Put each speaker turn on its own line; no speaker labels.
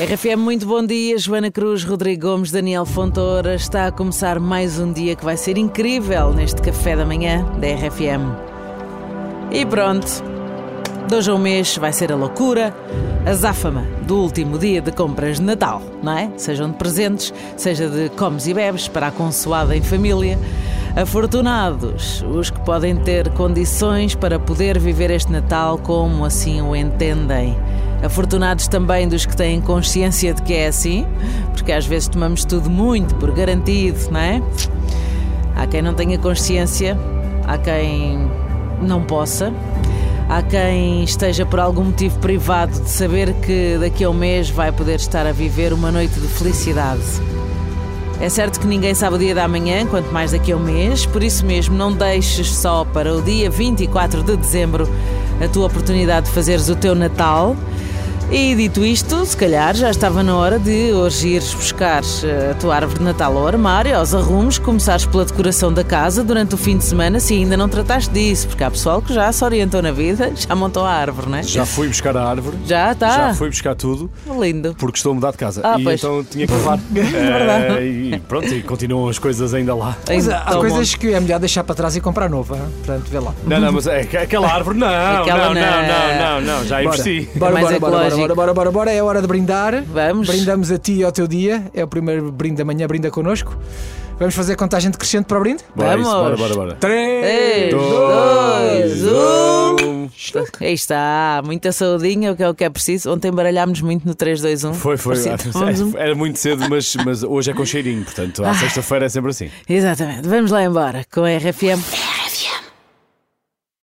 RFM, muito bom dia. Joana Cruz, Rodrigo Gomes, Daniel Fontoura. Está a começar mais um dia que vai ser incrível neste café da manhã da RFM. E pronto, de hoje a um mês vai ser a loucura, a záfama do último dia de compras de Natal, não é? Sejam de presentes, seja de comes e bebes para a consoada em família. Afortunados, os que podem ter condições para poder viver este Natal como assim o entendem. Afortunados também dos que têm consciência de que é assim, porque às vezes tomamos tudo muito por garantido, não é? Há quem não tenha consciência, há quem não possa, há quem esteja por algum motivo privado de saber que daqui a um mês vai poder estar a viver uma noite de felicidade. É certo que ninguém sabe o dia da manhã, quanto mais daqui a um mês, por isso mesmo não deixes só para o dia 24 de dezembro a tua oportunidade de fazeres o teu Natal. E dito isto, se calhar já estava na hora de hoje ires buscar eh, a tua árvore de Natal ao armário, aos arrumos, começares pela decoração da casa durante o fim de semana, se ainda não trataste disso, porque há pessoal que já se orientou na vida, já montou a árvore, não é?
Já fui buscar a árvore.
Já está.
Já fui buscar tudo,
Lindo.
porque estou a mudar de casa.
Ah,
e
pois. É
então tinha que levar.
verdade.
Eh, e pronto, e continuam as coisas ainda lá.
Mas é, há
Então,
coisas que é melhor deixar para trás e comprar nova. hein? Portanto, vê lá.
Não, não, mas é, que- aquela árvore, não,
Aquela não.
não, não, não, não, não, já investi.
Bora,
É mais
bora, bora,
ecológico.
bora, bora, bora, bora, bora, é hora de brindar.
Vamos.
Brindamos a ti e ao teu dia. É o primeiro brinde da manhã, brinda connosco. Vamos fazer contagem decrescente para o brinde?
Bora, isso, bora,
Vamos.
bora, bora.
3,
Três, dois, um. Aí está, muita saudinha, o que é o que é preciso. Ontem baralhámos muito no 3-2-1.
Foi, foi.
Parecia- Vamos um-
Era muito cedo, mas,
Ah.
mas hoje é com cheirinho, portanto, à sexta-feira é sempre assim.
Exatamente, vamos lá embora com a RFM.